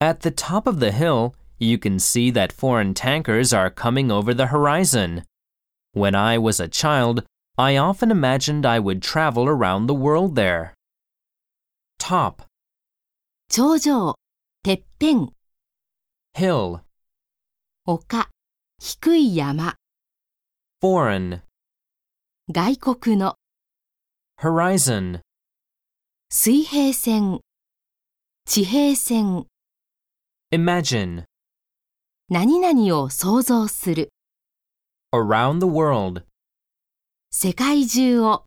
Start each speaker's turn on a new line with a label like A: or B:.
A: At the top of the hill, you can see that foreign tankers are coming over the horizon. When I was a child, I often imagined I would travel around the world there. Top,
B: 頂上、てっぺん、
A: hill,
B: 丘、低い山、
A: foreign,
B: 外国の、
A: horizon,
B: 水平線、地平線、
A: imagine,
B: 何々を想像する、
A: around the world.
B: 世界中を。